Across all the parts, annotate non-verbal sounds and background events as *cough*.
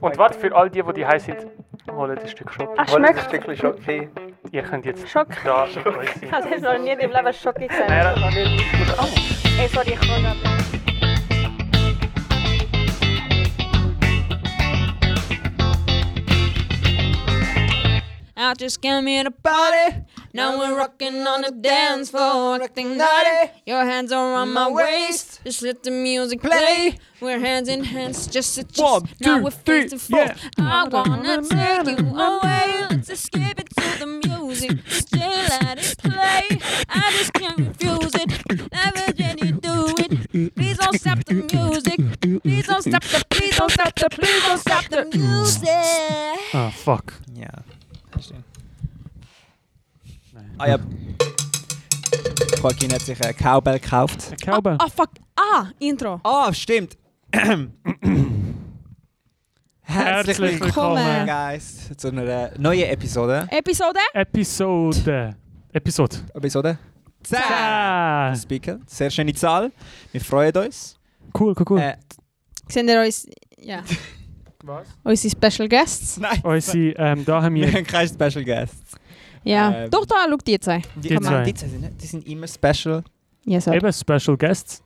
Und warte, für all die, die die heiß sind, Oh, holen ein Stück Schokolade. Ach, Hol jetzt ein schmeckt. Stückchen Schoki. Ihr könnt jetzt Schock. da eure- Also, ich habe noch nie im Leben Schoki gesehen. Nein, nein, nein. Oh. Ey, sorry, ich kann nicht. I just came here to party. Now we're rocking on the dance floor, acting naughty. Your hands are on my waist. Just let the music play. We're hands in hands, just a chest. One, now two, we're face three, to face. I wanna take you away. Let's escape it to the music. Still let it play. I just can't refuse it. Never can you do it. Please don't stop the music. Please don't stop the. Please don't stop the. Please don't stop the music. Ah, fuck. Ja, verstehe. Ah ja. Joaquin hat sich einen Cowbell gekauft. Ein Cowbell. Oh, Ah, fuck. Ah, Intro. Ah, stimmt. *clears throat* oh, Herzlich willkommen. Guys, zu einer neuen Episode. Episode? Episode. Episode. Episode 10. Ah. Speaker. Sehr schöne Zahl. Wir freuen uns. Cool, cool, cool. Äh, Seht ihr uns, *laughs* ja, Was? unsere Special Guests? nein. Unsere, ähm, da haben *laughs* Wir wir... haben keine Special Guests. Ja. Ähm. Doch, da, schau die zwei. Die, Die zwei. die zwei sind, nicht- die sind immer special. Ja, so. Eben Special Guests.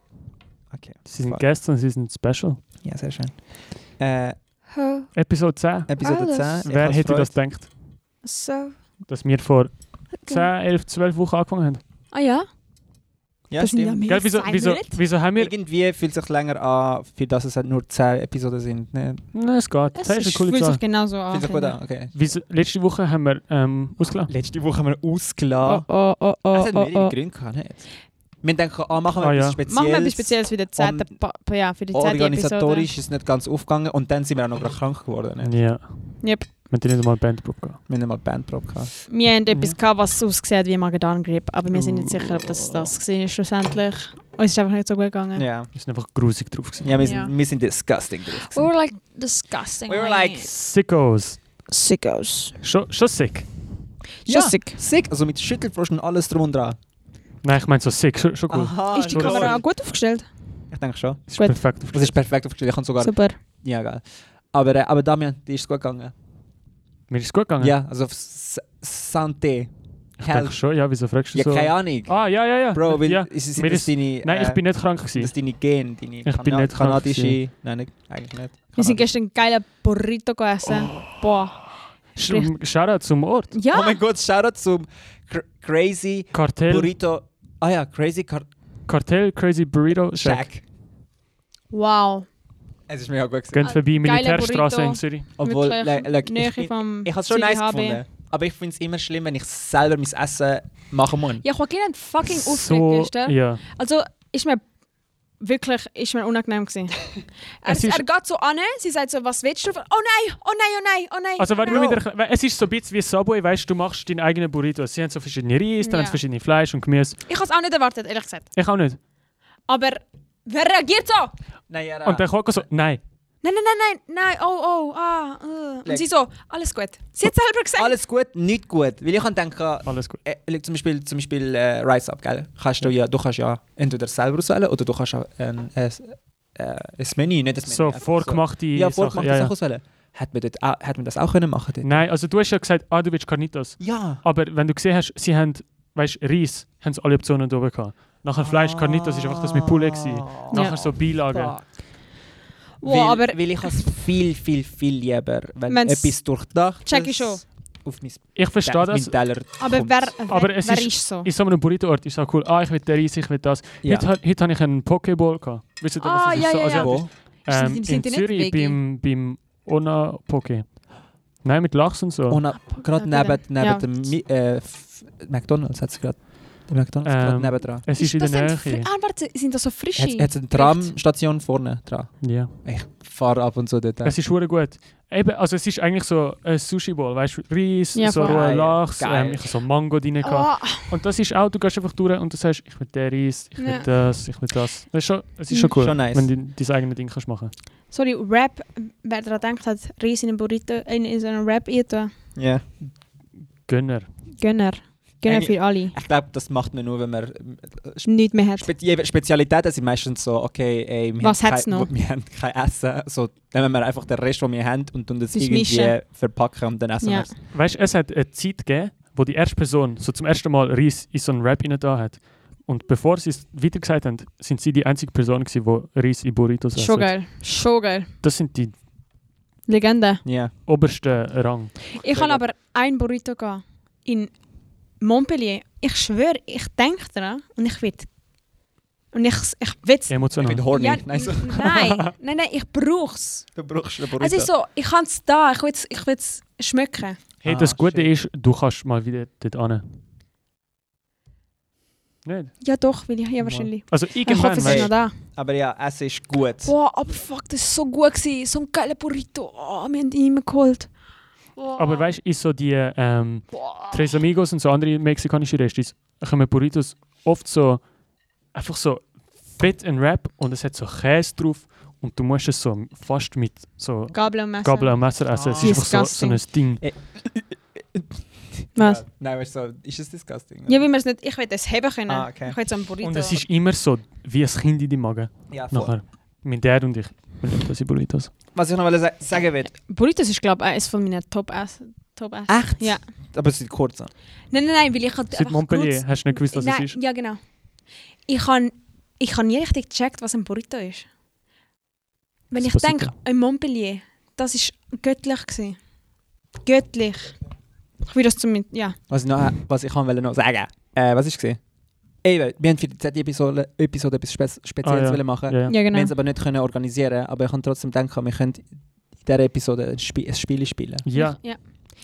Okay. Sie sind Fuck. Gäste und sie sind Special. Ja, sehr schön. Äh, Ho, Episode 10. Episode Alles. 10. Ich Wer hab's hätte das gefreut. gedacht, So. dass wir vor Okay. 10, 11, 12 Wochen angefangen haben? Ah ja? Ja, stimmt. Gell, wieso, wieso, wieso haben wir... Irgendwie fühlt sich länger an, für das es halt nur 10 Episoden sind. Ne? Nein, es geht. Es Das ist eine coole fühlt Zahl. sich genauso an. Fühlt sich gut an, okay. Wieso, letzte Woche haben wir ähm, ausgelassen. Letzte Woche haben wir Oh, ausgeladen. oh, oh, oh, Ah, Also, es hat oh, mehrere oh. Gründe gehabt, nicht? Wir denken, ah, machen wir Ah, etwas ja. Spezielles. Machen wir etwas Spezielles für die zweite, Und Pa- Pa- ja, für die zweite Episode. Organisatorisch ist es nicht ganz aufgegangen und dann sind wir auch noch gerade krank geworden. Nicht? Ja. Yep. Wir haben nicht mal Bandprobe gehabt. Wir haben mal Bandprobe gehabt. Wir haben etwas Mhm. Oh. gehabt, was ausgesehen wie Magen-Darm-Grip, aber wir sind nicht sicher, ob das das war schlussendlich. Uns ist einfach nicht so gut gegangen. Ja, Wir sind einfach grusig drauf gewesen. ja, wir, sind, Ja. wir sind disgusting drauf. We gewesen. were like disgusting. We were like Sickos. sickos. Schon, schon sick. Ja. Schon sick. sick, also mit Schüttelfrost und alles drum und dran. Nein, ich meine so sick. Schon, schon cool. Aha, ist die schon Kamera sorry. auch gut aufgestellt? Ich denke schon. Es ist Gut. perfekt. Das ist perfekt aufgestellt. Ich kann sogar. Super. Ja, geil. Aber, äh, aber Damian, dir ist es gut gegangen. Mir ist es gut gegangen. Ja, also auf S- Santé. Ich denke Health. schon, ja, wieso fragst du Ja, so? keine Ahnung. Ah, ja, ja, ja. Bro, weil ja. es ist, Mir das ist- deine, Nein, ich äh, bin nicht krank das gewesen. deine Gen, deine bin nicht krank kanadische. gewesen. Nein, nicht, eigentlich nicht. Wir sind Kanadisch. gestern einen geilen Burrito gegessen. Boah. Sch- um, Shoutout zum Ort. Ja, Oh mein Gott, Shoutout zum Cr Crazy Kartell, Burrito. Ah ja, Crazy Car Kartell Crazy Burrito Shack. Shack. wow. Es ist mega gut gewesen. Geht Ah, vorbei, geiler Militärstraße Burrito. in Zürich. Obwohl, Wirklich, le- le- Nähe ich, ich, vom ich habe es schon nice CDHB. gefunden. Aber ich finde es immer schlimm, wenn ich selber mein Essen machen muss. Ja, Joaquin hat fucking aufgeregt So, gestern. ja. Also, ist mir wirklich ist mir unangenehm gewesen. er, Es ist- er geht so an, sie sagt so, was willst du? Oh nein, oh nein, oh nein, oh nein. Also, wenn wir nein. wieder, wenn- es ist so ein bisschen wie Subway, weißt du, du machst deinen eigenen Burrito. Sie haben so verschiedene Reis, dann Ja. haben sie verschiedene Fleisch und Gemüse. Ich habe es auch nicht erwartet, ehrlich gesagt. Ich auch nicht. Aber wer reagiert so? Nein, ja, Und der Koch so, nein. Nein, nein, nein, nein, nein, oh, oh, ah. Uh. Und Leck. sie so, alles gut. Sie hat selber gesagt. alles gut, nicht gut. Weil ich kann denken, Alles gut. äh, like zum Beispiel, zum Beispiel äh, Rise Up, gell? Kannst du, ja, du kannst ja entweder selber auswählen oder du kannst auch ein, äh, äh, ein Menü, nicht das Menü. So einfach vorgemachte Ja, Sachen. vorgemachte Ja, Sachen ja. auswählen. Hat man, dort, auch- hat man das auch können machen dort? Nein, also du hast ja gesagt, ah, du willst Carnitas. Ja. Aber wenn du gesehen hast, sie haben, weißt du, Reis, haben sie alle Optionen da oben gehabt. Nachher Fleisch, Carnitas, ist einfach das mit Poulet gewesen. Nachher so Beilagen. Wow, weil, aber- weil ich es viel, viel, viel lieber, wenn Wenn's- etwas durchdacht Check ich schon. auf mein, Ich verstehe auf das. meinen Teller aber kommt. wer, wer, Aber es wer ist- ist, so? In so einem Burrito-Ort ist es auch cool. Ah, ich will den Reis, ich will das. Ja. Heute, ha- heute habe ich einen Pokéball gehabt. Wisst ihr, das Ah, das ist ja, so ja, ja. asiatisch. Wo? Sind- Ähm, in sind die nicht Zürich Veggie? beim, beim Ona Poké. Nein, mit Lachs und so. Und ab- gerade Ja, neben, neben Ja. dem Mi- äh, F- McDonalds hat es gerade. Der McDonalds ähm, Ähm, gerade nebendran. es ist, in der Nähe. Ah, warte, sind das so frische? Hat es eine Tramstation vorne dran? Ja. Ich fahre ab und zu dort. Es ist hure gut. Eben, also es ist eigentlich so ein Sushi-Bowl, weißt du, Reis, Ja, so voll. roher Geil, Lachs, geil. ähm, ich habe so Mango drin gehabt. Oh, Und das ist auch, du gehst einfach durch und du sagst, ich will den Reis, ich will Ja. das, ich will das. das ist schon, es ist Mhm. schon cool, Schon nice. wenn du dein eigenes Ding kannst machen sorry, Rap. Wer daran denkt, hat Reis in einem Burrito, in, in so einem Rap eaten. Ja. Gönner. Gönner. Genau, Eigentlich- für alle. Ich glaube, das macht man nur, wenn man. Nichts mehr hat. Spe je- Spezialitäten sind meistens so, okay, ey, wir, Was haben hat's kein, noch? wir haben kein Essen. So, nehmen wir einfach den Rest, den wir haben, und tun das Das irgendwie mischen. verpacken und dann essen Ja. wir es. Weißt du, es hat eine Zeit gegeben, wo die erste Person so zum ersten Mal Reis in so einen Rap hinein da hat. Und bevor sie es weiter gesagt haben, sind sie die einzige Person, gewesen, die Reis in Burritos essen. Schon geil. Schon geil. Das sind die Legende. Ja. obersten Rang. Ich kann aber ein Burrito gehen. In Montpellier. Ich schwöre, ich denke daran und ich will. Und ich, ich will es. Ich Emotional. bin horny. *laughs* Ja, nein, so, n- nein, nein, nein, ich brauche es. du brauchst einen Burrito. Es ist so, Also ich kann es da, ich will es ich will's schmecken. Hey, das Ah, Gute shit. ist, du kannst mal wieder dort hin. Nicht? Ja doch, will ich, ja wahrscheinlich. Also Ich hoffe, irgendwann, es ist weißt noch da. Aber ja, es ist gut. Boah, aber fuck, das war so gut. Gewesen. So ein geiler Burrito. Oh, wir haben ihn immer geholt. aber weißt du, ist so die ähm, Tres Amigos und so andere mexikanische Restis, kommen Burritos oft so einfach so fit and wrap und es hat so Käse drauf und du musst es so fast mit so Gabel und Messer. Gabel und Messer essen. Es Ah. ist einfach so, so ein Ding. Was? Ja. Nein, weißt du, so, ist es disgusting? Ja, wie man es nicht. Ich will es heben können. Ah, okay. Ich will so einen Burrito. Und es ist immer so wie ein Kind in deinem Magen. Ja, voll. Nachher. Mein Dad und ich. Wir lieben diese Burritos. Was ich noch wollte sa- sagen will, Burritos ist, glaube ich, eines von meinen Top-Essen. Top Echt? Ja. aber es sind kurz. Nein, nein, nein, weil ich halt Seit Montpellier kurz- hast du nicht gewusst, was nein, es ist. Ja, genau. Ich habe ich hab nie richtig gecheckt, was ein Burrito ist. Wenn ich Was passiert denke, ein Montpellier, das war göttlich. Gewesen. Göttlich. Ich will das zumindest, ja. Was ich, noch, was ich kann wollte noch sagen äh, Was war es? Eben, wir haben für die Z-Episode Episode etwas Spez Spezielles Ah, ja. wollen machen. Ja, ja. Ja, Wir genau. haben es aber nicht können organisieren aber ich kann trotzdem denken, wir können in dieser Episode ein, Spiel, ein Spiel spielen. ja. Ja.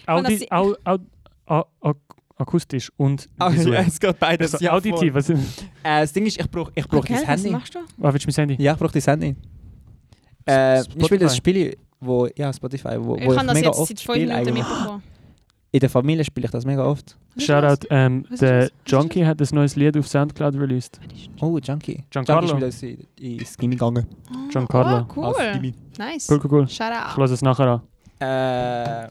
Auch, Und das- die, auch, auch, auch, auch akustisch und visuell. geht beides. Also auditiv. Was, Äh, das Ding ist, ich brauche ich brauch Okay, dein was Handy. machst du? was willst du mit dem Handy? Ja, ich brauche dein Handy. Äh, ich spiele Spotify. das Spiel, wo, ja, Spotify, wo, wo Ich kann das mega jetzt oft seit 5 spiele. Minuten eigentlich. mitbekommen. In der Familie spiele ich das mega oft. Shoutout, ähm, Was ist der das? Was ist Junkie hat ein neues Lied auf Soundcloud released. Oh, Junkie. Giancarlo. Junkie ist wieder in- ins Gimmi gegangen. Giancarlo. Oh, Als cool. Gimmi. Nice. Cool, cool, cool. Ich Shoutout. lasse es nachher an. Äh,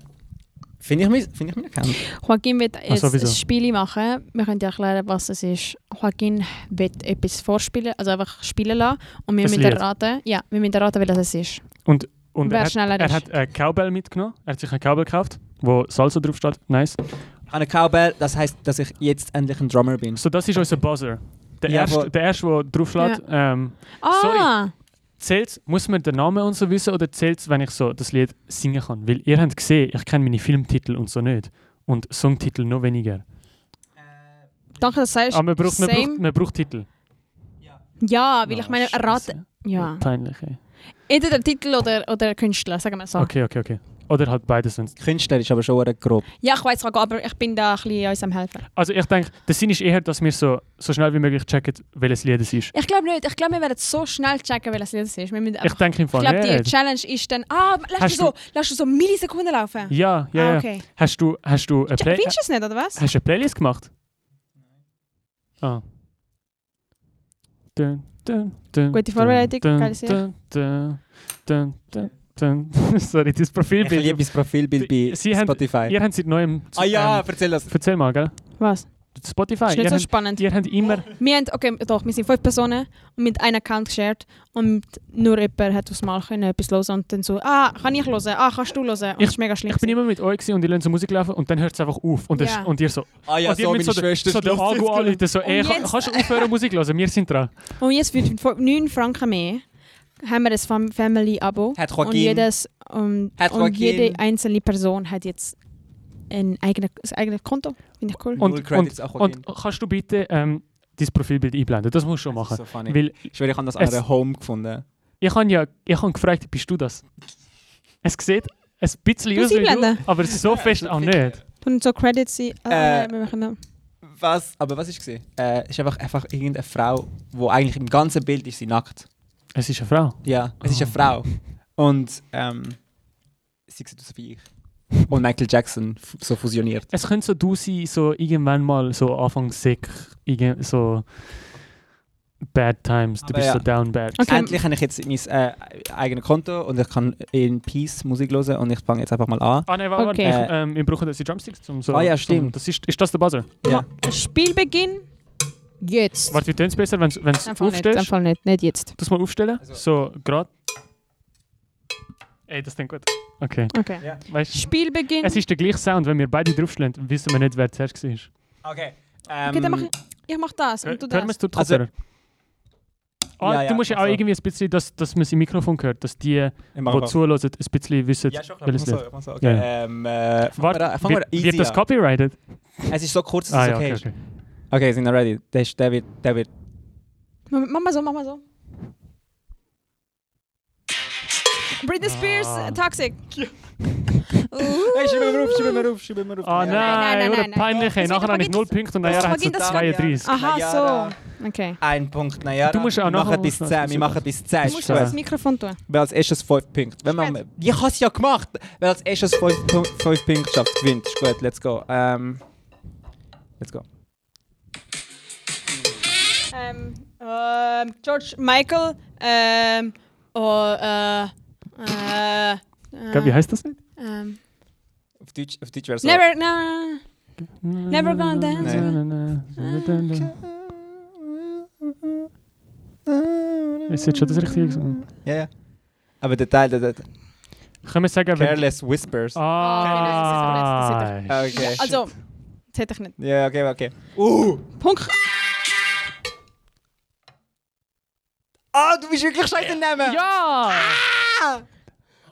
Finde ich, mein- find ich meinen Account. Joaquin wird jetzt sowieso. ein Spiel machen. Wir können dir erklären, was es ist. Joaquin wird etwas vorspielen, also einfach spielen lassen. Und wir Ein müssen Lied. erraten, ja, wir müssen erraten, welches es ist. Und Wer er, schneller er ist. hat eine Cowbell mitgenommen. Er hat sich eine Cowbell gekauft, wo Salsa drauf steht. Nice. Eine Cowbell, das heisst, dass ich jetzt endlich ein Drummer bin. So, das ist unser Buzzer. Der Ja, erste, voll. der, erste, der drauf schlägt, ähm, Ah! zählt muss man den Namen und so wissen oder zählt wenn ich so das Lied singen kann? Weil ihr habt gesehen, ich kenne meine Filmtitel und so nicht. Und Songtitel noch weniger. Danke, dass du sagst. Aber man braucht, man same. braucht, man braucht Titel. Ja, weil Ah, ich meine, Scheiße. erraten. Ja. Peinlich, ey. Entweder Titel oder, oder Künstler, sagen wir so. Okay, okay, okay. Oder halt beides. wenn's- Künstler ist aber schon sehr grob. Ja, ich weiß aber ich bin da ein bisschen uns am Helfen. Also ich denke, der Sinn ist eher, dass wir so, so schnell wie möglich checken, welches Lied es ist. Ich glaube nicht. Ich glaube, wir werden so schnell checken, welches Lied es ist. Wir müssen Ich einfach, denke im ich Fall glaube, die nicht. Challenge ist dann. Ah, lass Hast du so, lass du so Millisekunden laufen. Ja, ja, ja. Ah, okay. Hast du, hast du eine, Play Findest du es nicht, oder was? hast du eine Playlist gemacht? Ah. Dun, dun, dun, Gute dun, Vorbereitung, dun, geiles Jahr. dun, dun, dun, dun, dun. *laughs* Sorry, dein Ich Profilbild. liebe das Profilbild bei Sie haben- Spotify. Ihr habt seit neuem... ah ja, ähm, erzähl das. erzähl mal, gell? Was? Spotify. ist nicht Ihr, so habt, spannend. ihr habt immer... Wir haben, okay, doch, wir sind fünf Personen und mit einem Account geshared und nur jemand hat aufs Mal können etwas hören und dann so, ah, kann ich hören, ah, kannst du hören. Und das ist mega schlimm. Ich bin immer mit euch gewesen und ihr lasst so Musik laufen und dann hört es einfach auf. Und, das- Ja. und ihr so... Ah ja, und ihr so meine müsst so, den- Schwester. so den schläft Agu jetzt gerade. anrufen, so, ey, Und kann- jetzt- kannst du aufhören Musik hören? Wir sind dran. und jetzt für 9 Franken mehr haben wir ein Fam Family-Abo Hat und, Joaquin. jedes, und, Hat und jede Joaquin. einzelne Person hat jetzt ein eigenes, ein eigenes Konto. Finde ich cool. Null Und- Credits auch Und kannst du bitte ähm, dein Profilbild einblenden? Das musst du schon Das machen. ist so funny. Weil ich würde, ich habe das Es- andere Home gefunden. ich habe ja ich hab gefragt, bist du das? Es sieht ein bisschen Du aus wie du, einblenden. aber so fest auch nicht. Und so Credits sind. Äh, Äh, wir machen noch. Was? Aber was war es? Äh, es ist einfach, einfach irgendeine Frau, die eigentlich im ganzen Bild ist sie nackt. Es ist eine Frau. Ja, es Oh. ist eine Frau. Und ähm, sie sieht aus wie ich. Und Michael Jackson f- so fusioniert. Es könnte so du sein, so irgendwann mal so Anfang sick, irgend- so Bad Times. Du Aber bist ja. so down bad. Okay. Endlich habe ich jetzt mein äh, eigenes Konto und ich kann in Peace Musik hören und ich fange jetzt einfach mal an. Ah nein, warte, Okay. warte. Ich, ähm, ich brauche diese Drumsticks zum so. Ah ja, zum- stimmt. Das ist, ist das der Buzzer? Ja. Spielbeginn jetzt. Warte, wie tönt es besser, wenn du Einfach nicht, aufstellst? einfach nicht, nicht jetzt. Das mal aufstellen. Also- So, gerade. Ey, das klingt gut. Okay. Okay. Ja. Weißt du, Spielbeginn. es ist der gleiche Sound. Wenn wir beide draufstellen, wissen wir nicht, wer zuerst war. Okay. okay, dann mach Ähm, ich, ich mach das und du Hört man das. es durch die Also- Kopfhörer? Ah, Ja, ja, du musst ja auch also- irgendwie ein bisschen, dass, dass man sein Mikrofon hört, dass die, die ich mach einfach- zuhören, ein bisschen wissen, Ja, schon klar. welches Mach so, Lied. mach so, okay. Ja, Ähm, äh, fang mal an, Warte, fang mal wird, an. Easy wird das an. copyrighted? Es ist so kurz, dass Ah, es ja, okay, okay, ist. okay. Okay, sind wir ready. Der, ist- der wird, der wird. Moment, Mach mal so, mach mal so. Britney Spears, Ah. Toxic. Hey, schieb mir auf, schieb mir auf, schieb mir auf. Ah, nein, nein, nein, oder nein. peinlich. ey. Das Nachher wird habe ich 0 Punkte und nachher das habe ich so vergeht 32. das Aha, Nayara. so. Okay. Ein Punkt, naja. Du musst auch noch machen mal bis was 10. machen. Wir machen bis 10. Du ist musst klar. das gut. Mikrofon tun. Weil als erstes 5 Punkte. Wenn man, ich habe es ja gemacht. Weil als erstes 5 Punkte schafft, gewinnt. Ist gut, let's go. Ähm, let's go. Ähm, ähm, George Michael, ähm, oh, äh, äh, äh, Gell, Wie heißt das nicht? ähm, Auf Deutsch, auf Deutsch wäre es so. Never, no, Never gonna dance. Ist jetzt schon das Richtige gesungen? Ja, ja. Aber der Teil, der, der Können wir sagen, wenn... Careless Whispers. Ah, Ah, Okay. also, das hätte ich nicht. Ja, okay, okay. Uh! Punkt. Ah, du bist wirklich scheiße im Namen! Ja!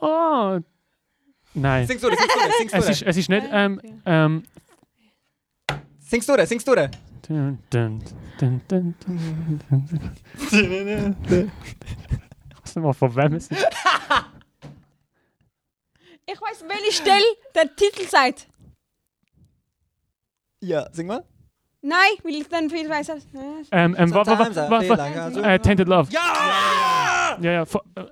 Oh! Nein. Sing's durch, sing's durch, *laughs* sing's Es ist, durch. es ist nicht. Ähm, ähm, Sing's durch, sing's durch. dun, dun, dun, dun, dun, dun, dun. Weiss nicht mal, von wem es ist. Ich weiß, welche Stelle der Titel sagt. Ja, sing mal. Nein, weil ich dann viel weiß. als- Ähm, ähm, wa, wa, wa, Sometimes I feel like wa, I wa, äh, do- Tainted Love. Ja! Ja, ja. vo- äh,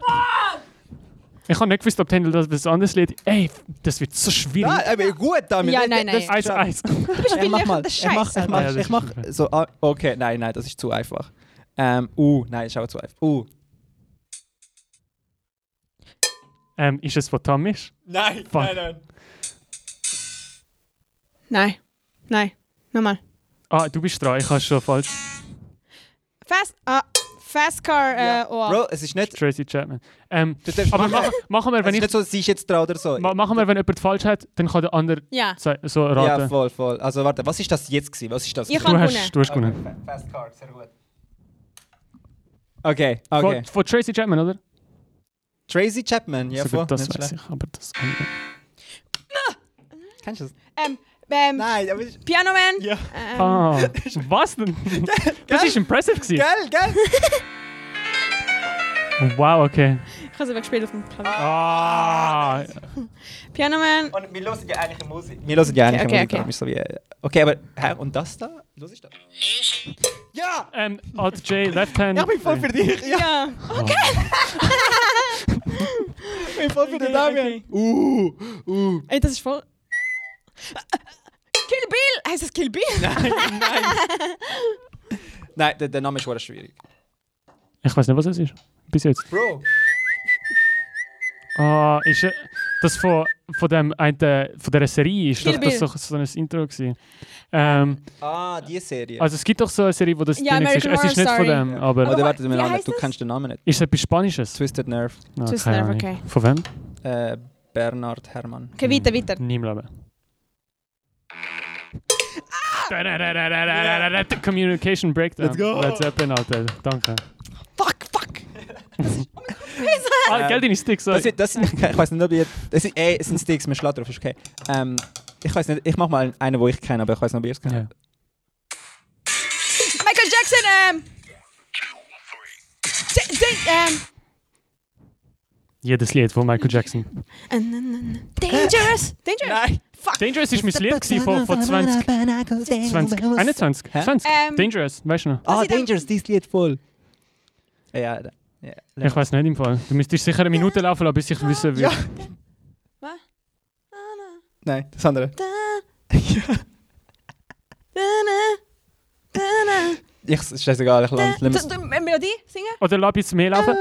Ich habe nicht gewusst, ob Tainted Love das anderes Lied. Ey, das wird so schwierig. Nein, aber gut damit. Ja, Das- nein, das- nein. Eins, eins. Ich mach Ich mal. bin Ich mach, Scheiße. ich mach, Ja, das ich ist mach. okay. So, ah, okay, nein, nein, das ist zu einfach. Ähm, uh, nein, ist aber zu einfach. Uh. Ähm, ist es von Tamish? Nein, Fuck. nein, Nein, nein, nochmal. Ah, du bist dran. Ich habe schon falsch. Fast, ah, Fast Car, äh, oh. Bro, es ist nicht. Tracy Chapman. Ähm, Du darfst aber machen. machen, machen wir, Es wenn ist ich, nicht so, sie ist Also jetzt dran oder so. ma- machen wir, wenn jemand falsch hat, dann kann der andere Ja, ze- so Ja, raten. voll, voll. Also warte, was ist das jetzt gewesen? Was ist das? Ich gewesen? du, kann hast, gewonnen. du hast gewonnen. Fa- Fast Card, sehr gut. Okay, okay. Von, von Tracy Chapman, oder? Tracy Chapman, ja, Sogar voll. das nicht weiß schlecht. ich, aber das andere. Kannst du das? ähm, ähm, Nein, aber ich. Piano Man. Ja. Ähm, Ah, *laughs* was denn? Das ist impressive gewesen. Gell, *laughs* gell? Wow, okay. Ich habe sie weggespielt auf dem Klavier. Ah, *laughs* Piano Man. Und wir hören ja eigentlich Musik. Wir hören ja eigentlich Okay, okay, okay. Musik. darum ist So wie, äh, okay, aber hä, und das da? Los ist das? Ja! ähm, Alt J, Left Hand. Ich bin voll für dich! Ja, Ja. ich bin voll für den Damian! Uh, uh. Ey, das ist voll. Kill Bill! Heißt das Kill Bill? Nein, der, der Name ist schon schwierig. Ich weiß nicht, was es ist. Bis jetzt. Bro! Ah, ist äh, das von, von, dem, einen, von dieser Serie? Ist doch, Kill das Bill. doch so ein Intro gewesen? Ähm, Ah, die Serie. also es gibt doch so eine Serie, wo das Ja, drin ist. Es American ist nicht Horror von Story. dem, aber Oder ähm, Aber warte, wie wir haben, heißt du das? kennst den Namen nicht. ist es etwas Spanisches? Twisted Nerve. No, Twist keine Nerve, Ahnung. okay. Von wem? Äh, Bernard Herrmann. Okay, weiter, weiter. Nie im Leben. Ah! The Communication Breakdown. Let's go. Led Zeppelin, Alter. Danke. Fuck, fuck! Ah, Ähm, Ah, gell, deine Sticks. Das sorry. sind, äh. das sind, *laughs* ich weiß nicht, ob ihr. Das sind, ey, es sind Sticks, wir schlagen drauf, ist okay. Ähm, ich weiß nicht, ich mach mal einen, den ich kenne, aber ich weiß nicht, ob ihr es kennt. Ja. Michael Jackson, ähm. J- J- ähm. Jedes Lied von Michael Jackson. äh, n- n- n- Dangerous! Dangerous! Nein! Dangerous ist mein Lied gewesen von, von 20, 20, 21, Hä? 20. Ähm. Dangerous, weißt du noch? Ah, Was ich dann- Dangerous, dieses Lied voll. Ja, ja. da- ja. Ich weiß nicht im Fall. Du müsstest sicher eine Minute laufen lassen, bis ich wissen will. Ja. Nein, das andere. Da, da, da, da, Ich, scheißegal, ich lasse Du, es. du, eine Melodie singen? Oder lass jetzt Äh. mehr laufen.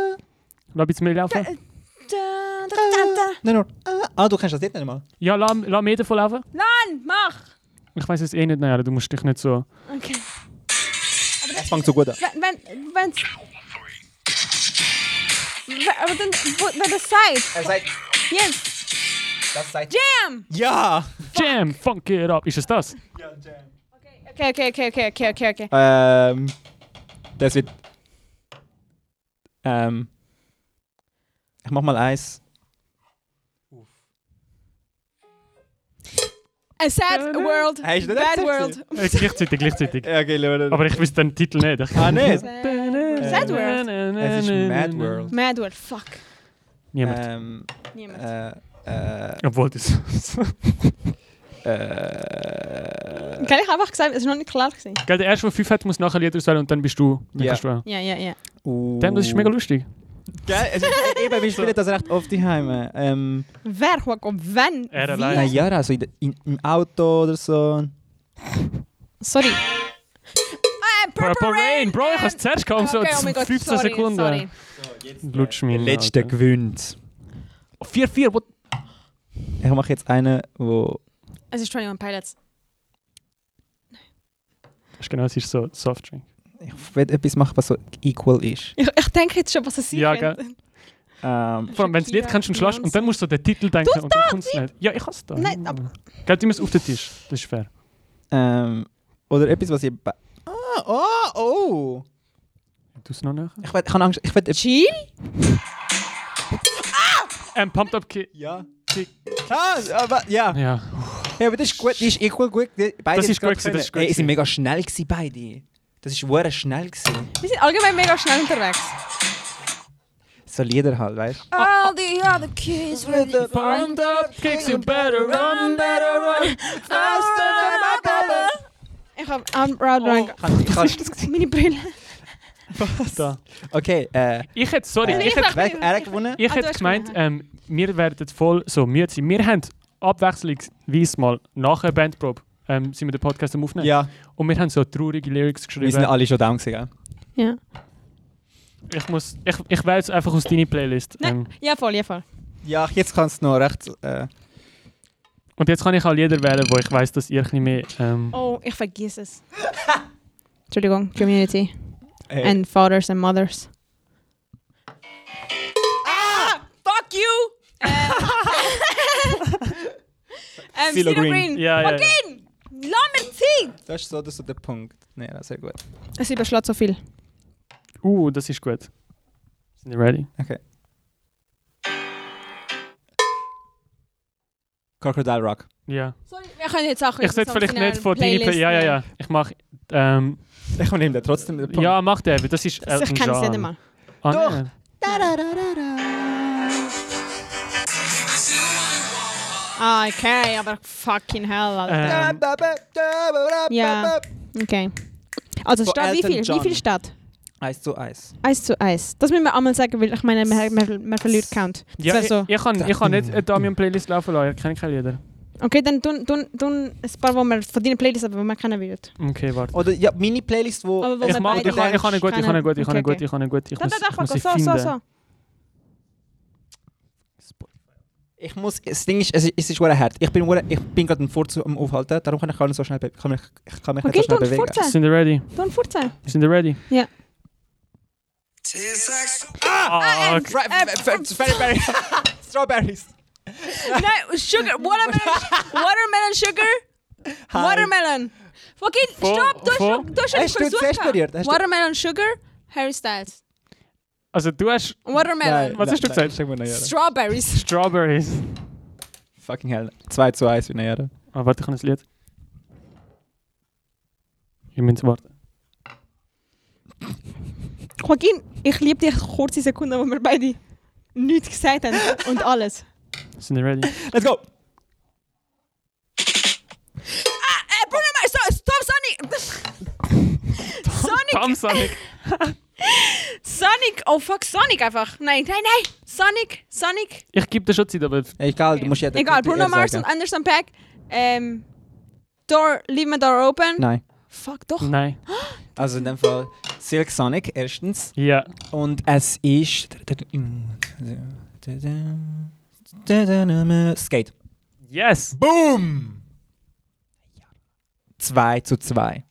Lass jetzt mehr laufen. Da, da, da, da. Nein, nur. Ah, Ah, du kennst das Lied nicht mal. Ja, lass, lass mehr davon laufen. Nein, mach! Ich weiß es eh nicht, naja, du musst dich nicht so... Okay. Es fängt so gut an. Wenn, wenn, wenn's... Wenn, aber dann, wo, wenn das sagt, Er sagt, jetzt, das sagt. jam! Ja! Jam, funk it up. Ist es das? Okay, okay, okay, okay, okay, okay, okay. Ähm. Das wird. Ähm. Ich mach mal eins. A sad world, Hey, ist das bad sexy? world. Äh, gleichzeitig, *laughs* gleichzeitig. Ja, okay, Leute. Aber ich wüsste den Titel nicht. Ich- Ah, nicht? Äh. Sad World. Es ist Mad World. Mad world, fuck. Äh. Niemand. Ähm. Niemand. Äh. Äh. Obwohl das... Äh. Kann ich einfach gesagt, es ist noch nicht klar gewesen. Gell, der erste, der fünf hat, muss nachher Lieder auswählen und dann bist du. Dann Ja. kannst du auch. Ja, ja, ja. Uh. Damn, das ist mega lustig. Gell? Es ist, e- eben, wir spielen das recht oft daheim. Ähm. Wer, Hugo, wenn? Er wie? allein. Nein, ja, also in, de- in, im Auto oder so. Sorry. Ah, Purple Rain, Bro, ich habe es zuerst gehabt, um so Okay, oh mein Gott, 15 sorry, Sekunden. sorry. Lutsch mir. gewinnt. 4-4, what? Ich mache jetzt einen, wo. Es ist 21 Pilots. Das ist genau, es ist so Softdrink. Ich will etwas machen, was so equal ist. Ich, ich denke jetzt schon, was es sein Ja, könnte. Ähm, Vor allem, wenn du das Lied Shakira, kannst und schlägst und dann musst du den Titel denken Tu's und dann da, kommt es nicht. Ja, ich hasse das. Nein, aber- Gell, du musst auf den Tisch. Das ist fair. ähm, oder etwas, was ich. Ah, oh, oh! Du es noch nachher? Ich, will, ich habe Angst, ich will. Chill? Ähm, Pumped Up Kid. Ja. Tick. Ah, aber, ja. Ja. ja, aber das ist gut, das ist equal gut. die- Beide Das ist gerade gut gewesen, das ist können. gut Ey, sie gewesen. sind mega schnell gewesen, beide. Das ist wirklich schnell gewesen. Wir sind allgemein mega schnell unterwegs. So Lieder halt, weißt du? All the other kids were the Pumped Up Kicks, you better run, better run. Ich hab I'm proud Oh, rank. Ich kann- *laughs* Meine Brille. Da. Okay, äh, Ich hätte, sorry, Äh, ich hätte wer hat- er hat gewonnen? Ich Ah, du hätte hast gemeint, gewonnen. ähm, wir werden voll so müde sein. Wir haben abwechslungsweise mal nach der Bandprobe ähm, sind wir den Podcast am Aufnehmen. Ja, Und wir haben so traurige Lyrics wir sind geschrieben. alle schon down gewesen, gell? Ja. Ich, muss, ich, ich wähle jetzt einfach aus deiner Playlist. Ähm, Nein, ja voll, ja voll. Ja, jetzt kannst du noch recht. Äh, und jetzt kann ich auch Lieder wählen, wo ich weiß, dass ihr ein bisschen mehr... Ähm, Oh, ich *laughs* vergiss es. Entschuldigung, Community. *laughs* äh, And fathers and mothers. Ah! Fuck you! *laughs* Ähm, Philo Philo Green. Green. Ja, ja, ja. Fucking! Lass mich ziehen! das ist so, das ist so der Punkt. Nein, das ist sehr gut. Es überschlägt so viel. Uh, das ist gut. Sind ihr ready? Okay. Crocodile Rock. *laughs* Ja. Sorry, wir können jetzt auch... Ich sollte vielleicht nicht von deiner Playlist... Ja, ja, ja. Ich mache... Ähm, Ich nehme den trotzdem den Punkt. ja, mach den, weil das ist Also ich Elton kann es John. nicht mal. Ah, Doch. nein. Ah, okay, aber fucking hell, Alter. Ähm, Ja. Okay. Also Von statt wie Elton viel? John. Wie viel statt? Eis zu Eis. Eis zu Eis. Das müssen wir einmal sagen, weil ich meine, man, man, man verliert Count. Das ja, wär ich, so. ich, kann, ich kann nicht eine Damian-Playlist laufen lassen, ich kenne keine Lieder. Okay, dann tun, tun, tun ein paar, wo man von deinen Playlists, aber wo man kennen wird. Okay, warte. Oder ja, Mini-Playlist, wo. Aber wo Ich mach, ich beide- kann, ich kann eine gute, ich kann eine gute, ich kann eine Okay, gute, ich kann eine gute. Ich Da, muss, da, ich da, muss Hugo, sie so, so, finden. so. Ich muss, das Ding ist, es ist, es ist verdammt hart. Ich bin, verdammt- ich bin gerade ein Furz am Aufhalten, darum kann ich gar nicht so schnell, be- kann mich, ich kann mich Okay, nicht so tun schnell bewegen. Furzen. Sind ihr ready? Tun Furzen. Sind ihr ready? Ja. Ah, okay. Fra- Äh, f- f- Strawberry- *laughs* Strawberries. *laughs* Nein, Sugar, Watermelon, *laughs* Watermelon Sugar, Hi. Watermelon. Fucking, Vor- stopp, du hast vor- schon- du hast schon Hast du versucht zuerst gehabt. berührt? Hast du- Watermelon Sugar, Harry Styles. Also du hast Watermelon, Was hast du gesagt? Sag mal, nein, ja. Strawberries. Strawberries. Fucking hell. 2 zu 1 in der Ah, warte, ich habe ein Lied. Ich muss warten. Joaquin, ich liebe dich kurze Sekunden, wo wir beide nichts gesagt haben und alles. Sind ihr ready? Let's go! Äh, Bruno Mars, so, stopp, Sonic! Sonic, Tom Sonic. Sonic, oh fuck, Sonic einfach. Nein, nein, nein, Sonic, Sonic. Ich gebe dir schon Zeit, aber Egal, du musst jeden Egal, Titel Bruno Mars und sagen. Ehm, Anderson Pack. Ähm, door, leave my door open. Nein. Fuck, doch. Nein. Also in dem Fall Silk Sonic erstens. Ja. Und es ist. Skate. Yes! Boom! 2 zu 2.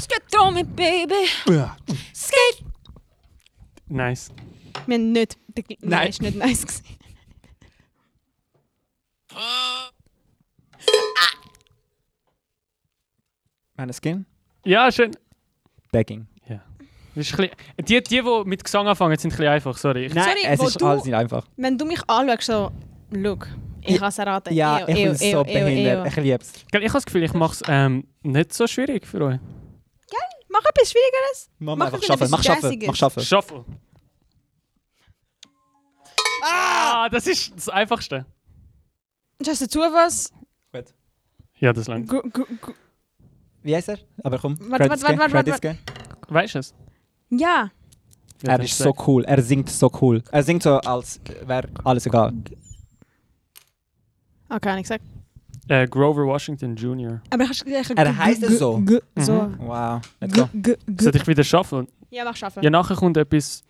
Strip throw me, baby. Skate. Nice. Wir haben nicht. der Gl- Nein. Nein, ist nicht nice gewesen. Meine Skin? Ja, schön. Begging. Das ist ein bisschen, die, die, die mit Gesang anfangen, sind ein bisschen einfach, sorry. Ich, Nein, Sorry, es wo ist du- alles nicht einfach. Wenn du mich anschaust, so, look, ich kann es erraten. Ja, Ew, ich bin ew, ew, so ew, behindert. ew. Ich liebe es. ich habe das Gefühl, ich mache es ähm, nicht so schwierig für euch. Mach etwas Schwierigeres. Mach Mach einfach etwas schaffen, mach schaffen, Jazziges. mach schaffen. Shuffle. Ah! Das ist das Einfachste. Schaust du zu was? Ja, das langt. Gu- gu- gu- Wie heißt er? Aber komm, Warte, Credits warte, gehen, warte, warte, Credits gehen. Weißt du es? Ja. Ja, Er das ist so cool, er singt so cool. Er singt so, als wäre alles egal. Okay, nicht gesagt. Äh, Grover Washington Jr. Aber hast du gesagt, Er heisst es so. G so. Wow, Mhm. let's G go. g g Sollte ich wieder schaffen? Ja, mach schaffen. Ja, nachher kommt etwas.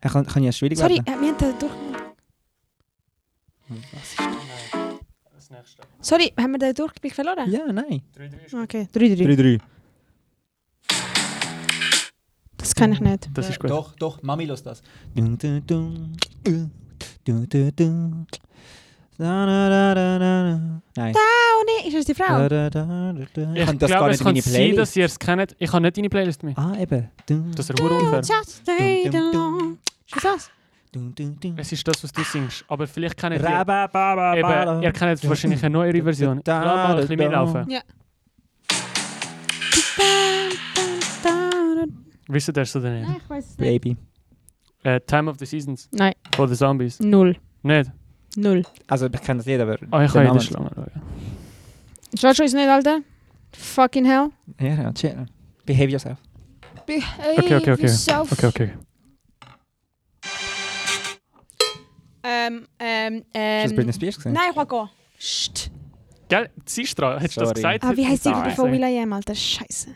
Er Äh, kann, kann ja schwierig Sorry, werden. äh, wir haben da durch. Ah. Das nächste. Sorry, haben wir den Durchblick verloren? Ja, nein. Okay, 3-3. 3-3. Das kann ich nicht. Das ist gut. Doch, doch, Mami los das. Dun, dun, dun, äh, dun, dun, dun. Da, da, da, da, da, da. Nein. Oh nein, ist es die Frau? Da, da, da, da, da. Ich Kann glaube, es in kann meine sein, Playlist? dass ihr es kennt. Ich habe nicht deine Playlist mehr. Ah, eben. Dun, Das ist ja verdammt unfair. Just stay Dum, dum, down. dum. Ist das? dun, dun, dun. Es ist das, was du singst. Aber vielleicht kennt ihr... Eben, ihr Eben, kennt wahrscheinlich eine neuere *laughs* Version. Ich lasse mal ein bisschen mitlaufen. Wisst ihr das oder nicht? ich weiß es Baby. Äh, Time of the Seasons Nein, von den Zombies. null. Nicht? Null. Also, ich kenne das jeder, aber. Ah, ich der kann jede Name- Schlange schauen. Jojo ist nicht, Alter. Fucking hell. Ja, ja, chill. Behave yourself. Behave Okay, okay, okay. yourself. Okay, okay. Ähm, ähm, Ist das Britney ähm. Spears gesehen? Nein, ich will gehen. Sst. Gell, ziehst du dran? Hättest du das Sorry. gesagt? Ah, wie heisst die Nein. Gruppe von Will I Am, Alter? Scheiße.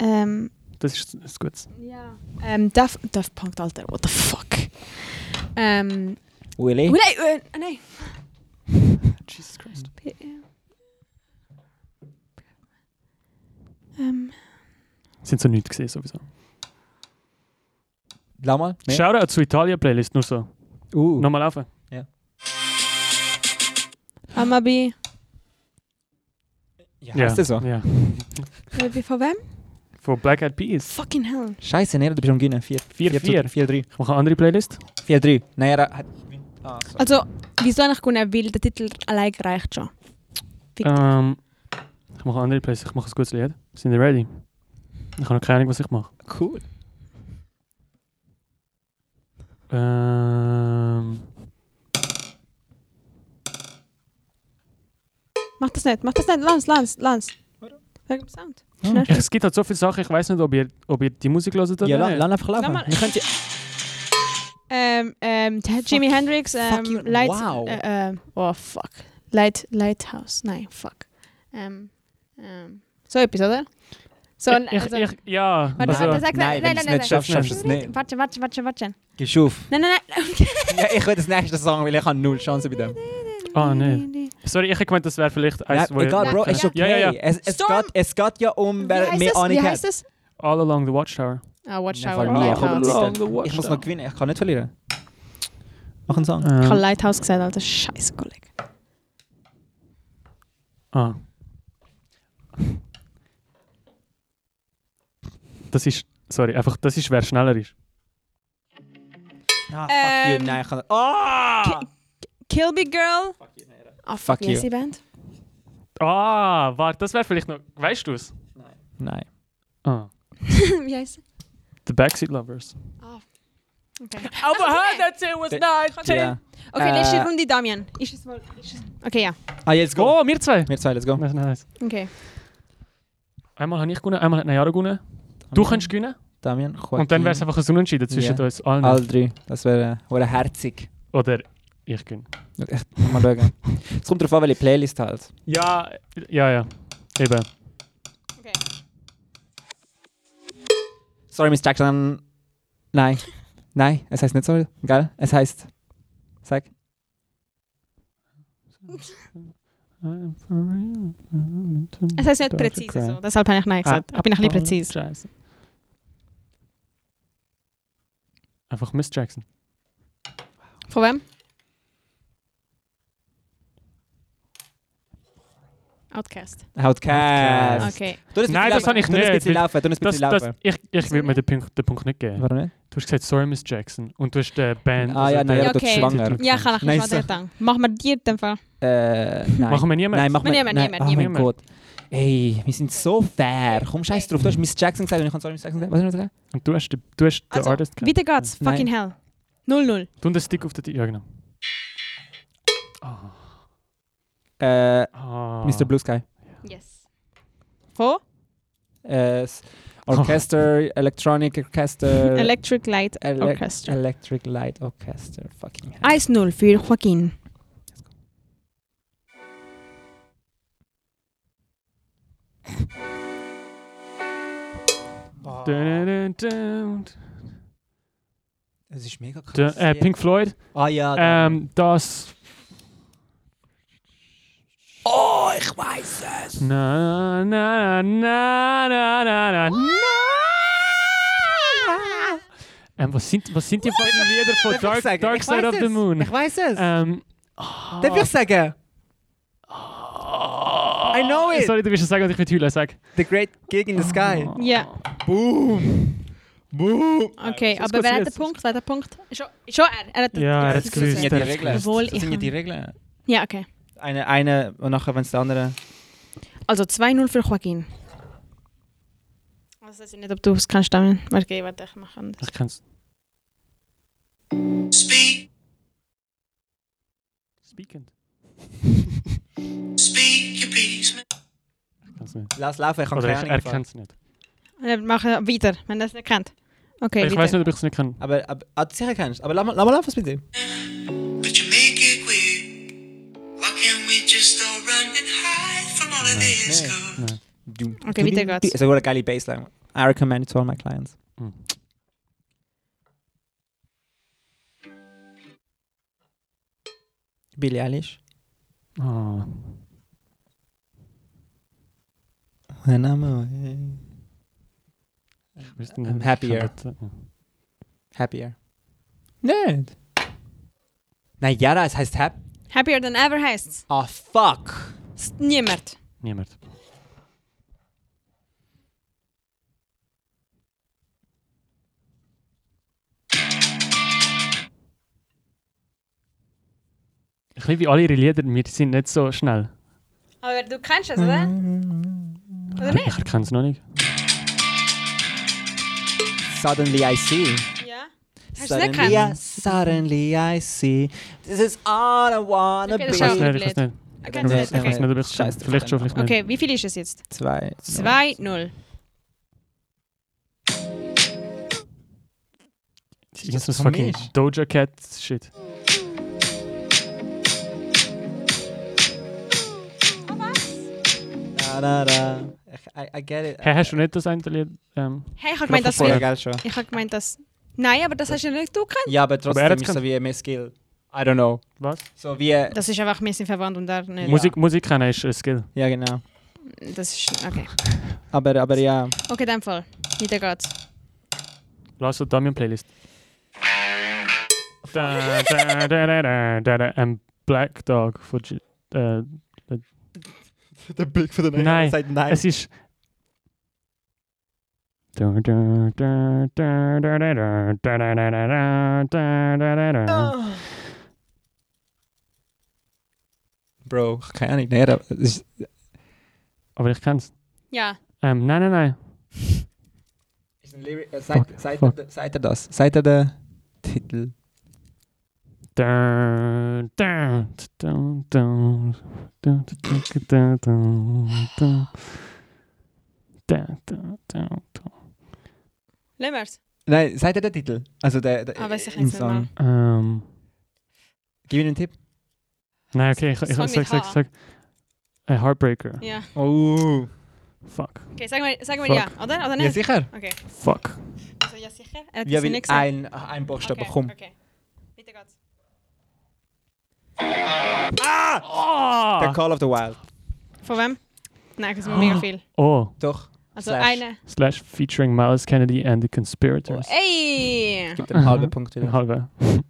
Ähm, Das ist, das ist gut. ja. Ähm, Daft Daft Punk, Alter. What the fuck? Ähm, Willy? Will I... Äh, ah, nein. *laughs* Jesus Christ. Ähm, Sind so nichts gesehen sowieso. Lau mal. Nee. Shoutout zu Italia-Playlist, nur so. Uh. Nochmal laufen. Amabi. Ja, Heißt das so? Ja. Amabi von wem? Von Black Eyed Peas. Fucking hell. Scheiße, Nera, du bist am Gewinnen. 4 4, 4. 4 3. Ich mache eine andere Playlist. 4 3. Nera hat. Ah, sorry. Also, wieso eigentlich gewonnen? Weil der Titel allein reicht schon. Fick. Ähm, ich mache eine andere Playlist. Ich mache ein gutes Lied. Sind ihr ready? Ich habe noch keine Ahnung, was ich mache. Cool. Ähm, Mach das nicht, mach das nicht. Lance, Lance, Lance. Warte. Wegen dem Sound. Hm. Schnell, ich, schnell. es gibt halt so viele Sachen, ich weiß nicht, ob ihr, ob ihr die Musik hört oder Ja, la- nicht. lass einfach laufen. Lass mal- Wir *laughs* können sie- Ähm, ähm, der Jimi Hendrix, ähm, fucking- Light... wow. Äh, äh, oh, fuck. Light, Lighthouse. Nein, fuck. Ähm, ähm, so etwas, oder? So, ich, ich, also, ich, ja, Warte, also, warte, sag, Nein, nein, wenn du es nein, nicht nein, schaffst, nein. schaffst du es nicht. Warte, warte, warte, warte. Gehst auf. Nein, nein, nein. Ja, ich will das nächste Song, weil ich habe null Chancen bei dem. Ah, nein. sorry, ich hätte gemeint, das wäre vielleicht Ja, eins, wo ihr- egal, Bro, Ja. es ist okay. Ja, ja, ja. Es, es, Storm. geht, es geht ja um, Wie wer heißt mehr das? Ahnung Wie hat. heißt das? All Along the Watchtower. Ah, Nein, Watchtower, voll nie. Lighthouse. All Along the Watchtower. Ich muss noch gewinnen, ich kann nicht verlieren. Ähm, Mach einen Song. Ich habe Ähm, Lighthouse gesagt, Alter. Scheiße, Kollege. ah. Das ist, sorry, einfach, das ist, wer schneller ist. Ah, fuck Ähm. you, nein, ich kann Ah! Kill Big Girl. Ah, fuck, Fuck you. yes, die *laughs* Band. Ah, warte, das wäre vielleicht noch, weißt du es? Nein. Ah, Wie heißt sie? The Backseat Lovers. Okay. Aber nein. that's it was Der- not Ja. Okay, letzte Äh. Runde, Damian. Ist es wohl. Ist es okay, ja. Ah, jetzt go. Oh, wir zwei. Wir zwei, let's go. Nice, nice. Okay. Einmal habe ich gewonnen, einmal hat Nayara gewonnen. Du kannst gewinnen Damian, Joaquin. und dann wäre es einfach ein Unentschieden zwischen Hm. Ja. uns allen. Alle drei. Das wäre äh, wäre herzig. Oder ich gewinne. Echt, mal schauen. Es kommt darauf an, welche Playlist halt. Ja, ja, ja. Eben. Okay. Sorry, Miss Jackson. Nein. Nein, es heißt nicht sorry, gell? Es heißt. Sag. Es heißt Darf ich nicht Ah. präzise cry? so. Deshalb habe ich Nein gesagt. Ich bin ein bisschen präzise. Scheiße. Einfach Miss Jackson. Ah. Von wem? Outcast. Outcast. Okay. Du, Nein, das hab ich nicht, Du weil- laufen, du ein Das, bisschen das, laufen. ich ich würde mir den Punkt, den Punkt nicht geben. Warum nicht? Du hast gesagt, sorry Miss Jackson. Und du hast die Band. Also Ah ja, den- nein, Ja, ja, du bist okay. schwanger. Ja, ich kann ich Nein, nice. so- dir danken. Machen wir dir den Fall. Äh, nein. Machen wir niemals. Nein, machen wir Niemand, nein. niemand, Oh mein niemand. Gott. Ey, wir sind so fair. Komm, scheiß drauf. Du hast Miss Jackson gesagt und ich kann sorry Miss Jackson sagen. Was hast du gesagt? Und du hast, den- du hast den Also, Artist gehabt. Weiter geht's. Nein. Fucking hell. 0-0. Du und den Stick auf der Tisch. Ja, genau. Äh, Ah. Mr. Blue Sky. Yes. Von? Äh, s- Orchester, *laughs* Electronic Orchester. Äh, Electric Light Ele- Orchestra. Electric Light Orchester. Fucking hell. 1-0 für Joaquin. Dun, dun, dun, Es ist mega dun. Äh, Pink Floyd. Ah ja. Ähm, das. oh, ich weiß es. Na, na, na, na, na, na, na. Ähm, was, sind, was sind die beiden Lieder von Dark, Dark Side of the Moon? Ich weiß es. Ähm, Darf ich sagen? I know it. ah. sorry, du wirst es sagen, und ich mit heulen sag. The Great Gig in the Oh, Sky. Ah. Ja. Boom. Boom. Okay, was aber wer hat den passiert? Punkt? Wer hat den Punkt? Schon, schon er. er hat den Ja, er hat's Das sind ja gewusst. die er hat's Regeln. Das gewusst. Wohl, ich sind ja die Regeln. Ja, okay. Eine, eine und nachher, wenn es der andere. Also 2-0 für Joaquin. Das weiß Also, ich nicht, ob du es kannst stammen. Okay, warte, ich mache anders. Ich kann's. Speak, Speakend. speak your peace, man. Ich kann's nicht. Lass laufen, ich kann Oder keine er, Ahnung. er davon. kann's nicht. Dann mache ich Äh, weiter, wenn er es nicht kennt. Okay, ich weiter. weiß nicht, ob ich es nicht kann. Aber, aber ah, sicher kennst du. Aber lass mal, lass mal laufen, was mit dem. But you make it weird. Why can't we just all run and hide from all of this? nee, 'Cause Okay, weiter geht's. Ist eine gute, geile Bassline. I recommend it to all my clients. Hm. Billie Eilish. Ah. When I'm away. ich weiß nicht. I'm happier. Ich kann das- Happier. Nicht. Nein, Yara, es heißt Happy. Happier than ever heißt Ah, fuck. es. Niemand. Niemand. Ich liebe alle ihre Lieder, wir sind nicht so schnell. Aber du kennst es, oder? Oder nicht? Ich erkenne es noch nicht. Suddenly I see. Ja. Hast du es nicht Suddenly, I, gekannt? suddenly I see. This is all I wanna Okay, be. das Ich weiß Ja, nicht, ich weiß nicht. Ich weiß ich weiß Okay, nicht. Ja, nicht, okay. ob ich es kann. Scheiß drauf, Vielleicht schon, vielleicht nicht. okay, wie viel ist es jetzt? Zwei. 2-0. Jetzt muss Von fucking mir. Doja Cat Shit. Da, da, da. Ich, I, I get it. Hey, hast du nicht das eine Lied? Ähm, Hey, ich habe Ich gemeint, dass voll wir... geil schon. Ich habe gemeint, dass... Nein, aber das hast du nicht du gekannt. Ja, aber trotzdem hat's ist kann- so wie mehr Skill. I don't know. was? So wie. Ja, Das ist einfach ein bisschen verwandt und da nicht. Musik, Musik kennen ist ein Skill. genau. Das ist... Okay. Aber, aber ja. Okay, dann voll. Weiter geht's. Lass so Damian Playlist. da, da, da, da, da, da, da. Ähm, Black Dog von G äh, Der Blick von der Nein, Nein. Seit nein. Es ist. Da, da, da, da, da, da, da, da, da, da, da, da, da, da, da. Bro, keine Ahnung. Nein, aber es ist- Aber ich kann's. Ja. Ähm, nein, nein, nein. ist ein Lyric- äh, seit- Fuck, Seit fuck. er- seit er das? Seit er den Titel? Da, da, da, da, da, da, da, da, da, da, da, da, da. Lemmers. Nein, seit er den Titel? Also der, der Ah, weiß ich im jetzt nicht Song. mal. Ähm, Gib mir einen Tipp. nein, okay, ich, ich Song sag, mit sag, H. sag. Äh, Heartbreaker. Ja. Oh. Fuck. Okay, sagen wir, sagen wir Fuck. ja, oder? Oder Ja, nicht? sicher. Okay. Fuck. ja sicher. Er hat Ja, ja, weil nicht gesagt. ein, ein Buchstabe, okay, komm. Okay. Weiter geht's. Der Call of the Wild. Von wem? Nein, das ist mega viel. Oh, Doch. Also Slash. eine. slash featuring Miles Kennedy and the Conspirators. Ey! Gibt einen halben Aha. Punkt Ein wieder. halber. Ich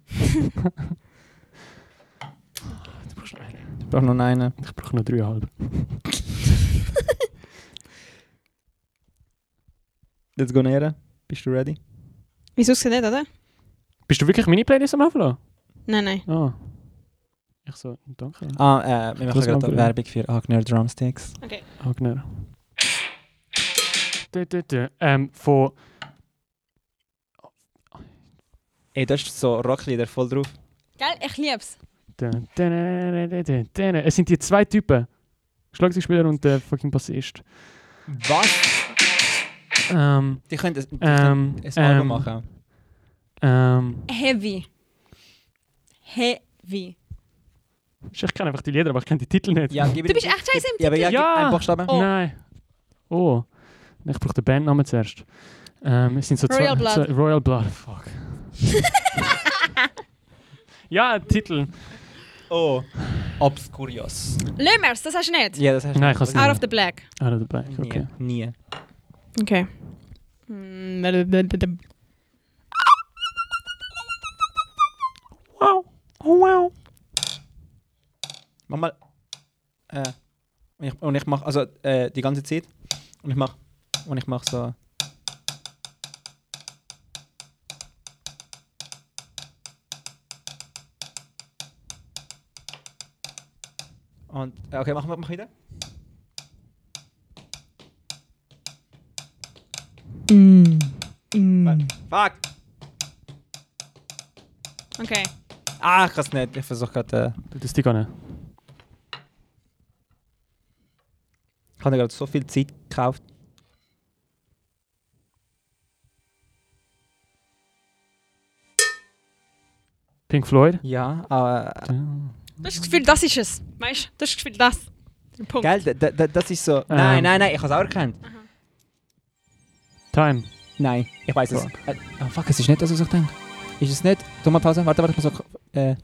brauche noch einen. Ich brauche noch dreieinhalb. Let's go näher. Bist du ready? Wieso ist es nicht, oder? Bist du wirklich meine Playlist am Anfang? Nein, nein. Ah. Ich so, danke. Ah, äh, wir machen Lass mal gerade probieren. Werbung für Agner Ah, Drumsticks. Agner. Dö, dö, dö. Ähm, von. Ey, das ist so Rocklieder voll drauf. Geil, ich lieb's. Dö, dö, dö, dö, dö, dö. Es sind die zwei Typen. Schlagzeugspieler und der fucking Bassist. Was? Ähm, Die können das, die Ähm, können ein Album ähm. machen. ähm. Heavy. Heavy. Ich kenne einfach die Lieder, aber ich kenne die Titel nicht. Ja, gib Du ihm- bist echt scheiße im Ja, aber ja, Ja. gib einen Buchstaben. Oh. Nein. Oh. Ich brauche den Bandnamen zuerst. Ähm, es sind so Royal zwei, Blood. Zwei, Royal Blood, *laughs* fuck. ja, Titel. Oh. Obscurios. Lömers, das hast du nicht. Ja, das hast du. Nein, ich kann's Out Ja. of the black. Out of the Black, okay. Nie. Nie. Okay. Wow. Oh, wow. Mach mal. Äh, und, ich, und ich mach, also äh, die ganze Zeit. Und ich mach. Und ich mach so. Und, äh, okay, mach, mach mach wieder. Hm. Fuck! Okay. Ah, ich kann's nicht. Ich versuch gerade. Äh, Du, das die gar nicht. ich habe gerade so viel Zeit gekauft. Pink Floyd. Ja, aber. Du hast das Gefühl, das ist es. Weißt du, du hast das Gefühl, das. Punkt. Gell, da, da, das ist so. Nein, Ähm. nein, nein, ich habe es auch erkannt. Time. Nein, ich weiß es. Fuck. Äh, oh fuck, es ist nicht das, was ich denke. Ist es nicht? Tu mal Pause, warte, warte, ich muss auch. Äh.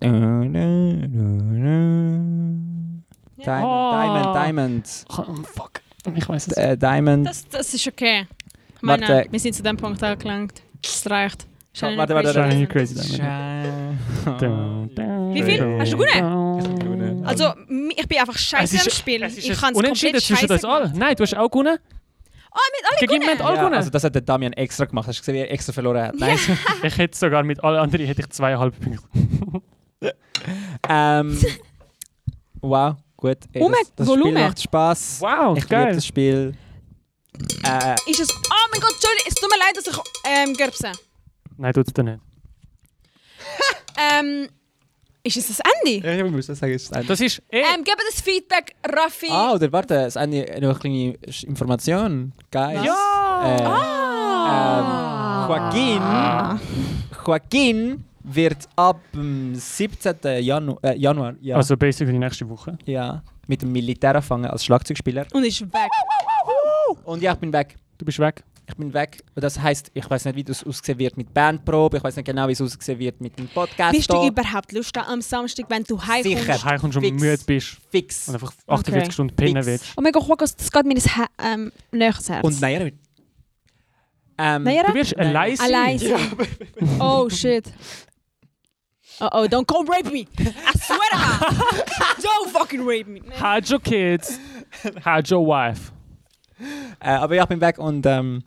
Diamond, Oh. Diamond, Diamond. Oh, fuck. Ich weiß es. Äh, Diamond. Das, das ist okay. Ich Warte. meine, wir sind zu dem Punkt angelangt. Es reicht. Shall warte, I warte, not Shining crazy? You Crazy Diamond. Wie viel? Hast du gewonnen? Also, mi- ich bin einfach scheiße Es am ist- Spiel. Es ist ein Ich kann es komplett unentschieden zwischen uns scheiße allen. Nein, du hast auch *laughs* gewonnen. Oh, mit alle Gegen ihn gewonnen. mit alle Ja, gewonnen. also das hat der Damian extra gemacht. Hast du gesehen, wie er extra verloren hat? Nein. Ich hätte sogar mit allen anderen hätte ich zweieinhalb Punkte. *laughs* ähm, wow, gut. Ey, Um, das, das Spiel Volumen. macht Spaß. Oh Wow, ich liebe geil. das Spiel. Äh, Ist es... Oh mein Gott, Entschuldigung. Es tut mir leid, dass ich... Ähm, gerbse. Nein, tut's dir nicht. Ähm... Ist es das Ende? Äh. ich muss das sagen, ist ein Das ist eh. Ähm, gebe das Feedback, Raffi. Ah, oder warte, es ist eine, eine kleine Sch- Information. Geil. Ja! Ah. Äh, Ah. ähm, Joaquin, Joaquin wird ab dem 17. Janu äh, Januar ja, Also basically nächste Woche. ja, mit dem Militär anfangen als Schlagzeugspieler. Und ist weg. Ah. Und ja, ich bin weg. Du bist weg. Ich bin weg. Und das heißt, ich weiß nicht, wie das aussehen wird mit Bandprobe. Ich weiß nicht genau, wie es aussehen wird mit dem Podcast. Bist hier. du überhaupt Lust am Samstag, wenn du heimkommst? Sicher. Wenn du heimkommst und Fix. müde bist fix? und einfach 48 Okay. Stunden pinnen Fix. willst. Oh mein Gott, Hugo, das geht mir das He- ähm, näher ans Herz. Und naja, ähm, Naja, Du wirst Nein. allein sein. Allein sein. *laughs* Oh shit. Oh oh, don't come rape me. I swear to God. *laughs* Don't fucking rape me. Hide your *laughs* kids. Hide your wife. Äh, aber ja, ich bin weg und ähm,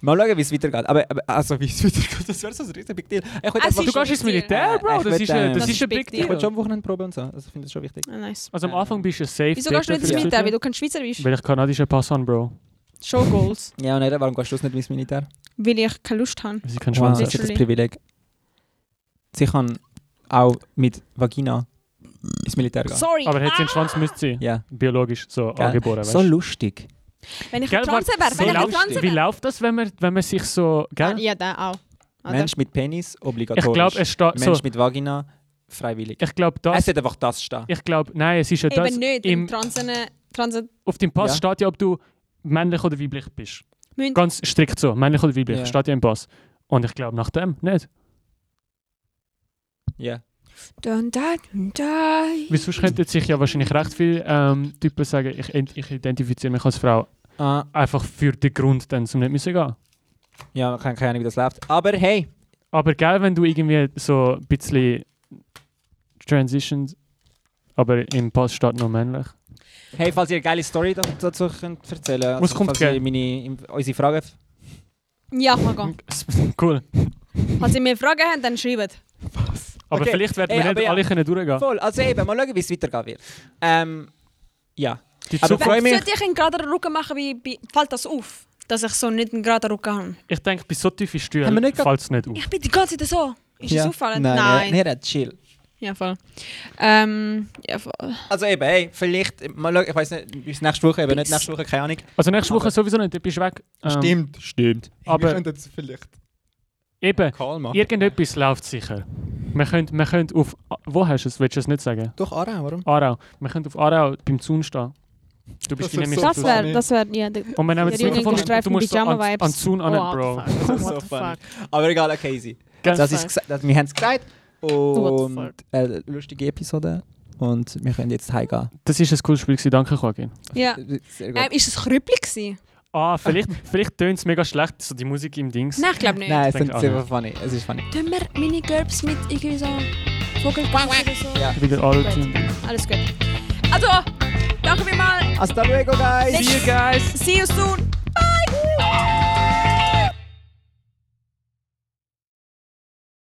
mal schauen, wie es weitergeht. Aber, aber also, wie es *laughs* weitergeht, das wäre so ein riesen Big Deal. Ich wollte Es einfach, Du ist- gehst ins Militär, Äh, Bro. ich Das will, ist ein ähm, das ist ein das Big ist Big ich Deal. wollte schon Wochenendprobe und so. Also, ich finde das schon wichtig. Ah, nice. Also am Anfang bist du safe. Wieso gehst du nicht ins Ja. Militär, weil du kein Schweizer bist? Weil ich kanadischer Pass habe, Bro. Show Goals. *laughs* Ja, und warum gehst du nicht ins Militär? Weil ich keine Lust habe. Weil sie keinen Wow, Schwanz das hat. ist das Literally. Privileg. Sie kann auch mit Vagina ins Militär gehen. Sorry. Aber hätte sie einen Schwanz müsste sie. Ja, Biologisch so geil. angeboren, weißt so lustig. Wenn ich Gell, ein Transe warte, wäre, wenn ich ein so Transe Wie wäre. läuft das, wenn man, wenn man sich so. Ah, Gell? Ja, der auch. Ah, der- Mensch mit Penis, obligatorisch. ich glaube, es steht so. Mensch mit Vagina, freiwillig. Ich glaube, das. Es sollte einfach das stehen. Ich glaube, nein, es ist ja das. Eben nicht, im im, Transen... Transen... auf dem Pass Ja. steht ja, ob du männlich oder weiblich bist. Müssen- Ganz strikt so, männlich oder weiblich, Ja. steht ja im Pass. Und ich glaube, nach dem nicht. Ja. Dun, da, dun, da. Weil sonst könnten sich ja wahrscheinlich recht viele ähm, Typen sagen, ich, ent- ich identifiziere mich als Frau. Ah, Einfach für den Grund, dann zum nicht müssen gehen. ja, keine keine Ahnung, wie das läuft. Aber hey, Aber gell, wenn du irgendwie so ein bisschen transitions, aber im Pass steht nur männlich. hey, falls ihr eine geile Story da- dazu könnt erzählen könnt, Was kommt falls gell? ihr meine, im- unsere Fragen Ja, kann gehen. cool. Falls ihr mehr Fragen habt, dann schreibt. Aber Okay. vielleicht werden wir Ey, aber nicht ja. alle können durchgehen. Voll, also eben, mal schauen, wie es weitergehen wird. Ähm, ja. Die Aber Zukunft- freu mich. Sollte ich einen geraden Rücken machen, wie, wie fällt das auf? Dass ich so nicht einen geraden Rücken habe. Ich denke, bei so tiefen Haben wir Stühlen nicht grad- fällt es nicht auf. Ich bin die ganze Zeit so. Ist ja. das auffallend? Nein. Nein. Nein, nein, chill. Ja, voll. Ähm, ja, voll. Also eben, hey, vielleicht, mal schauen, ich weiß nicht, bis nächste Woche, eben nicht nächste Woche, keine Ahnung. Also nächste Woche Aber- sowieso nicht, du bist weg. Ähm, stimmt, stimmt. aber- könnten es vielleicht Eben, Karl machen. irgendetwas läuft sicher. Wir können, wir können auf... Wo hast du es? Willst du es nicht sagen? Doch, Ara, warum? Arau. Wir können auf Arau beim Zaun stehen. Du bist Das die ist nämlich... so- Das das wäre, nicht. das wäre, ja. der- und wir nehmen das Ja, Mikrofon die und du ungestraften musst so an, an Pyjama-Vibes. den Zaun an, Oh, Bro. what the fuck. ist so What the funny. fuck. *laughs* Aber egal, okay, easy. Gell? Das ist, gesa- das, wir haben es gesagt. Und What äh, lustige Episode. Und wir können jetzt heimgehen. Das ist ein cooles Spiel gewesen. Danke, Joaquin. Ja. Sehr gut. Ähm, ist es Krüppli gewesen? Ah, vielleicht, vielleicht tönt es mega schlecht, so die Musik im Dings. Nein, ich glaube nicht. ich Nein, es sind denke auch sehr nicht. funny. Es ist funny. Tun wir Minigirls mit irgendwie so Vogelbank oder so. Ja. Wieder Auto-Tune. Alles gut. Also, danke vielmals. Hasta luego, guys! See you soon.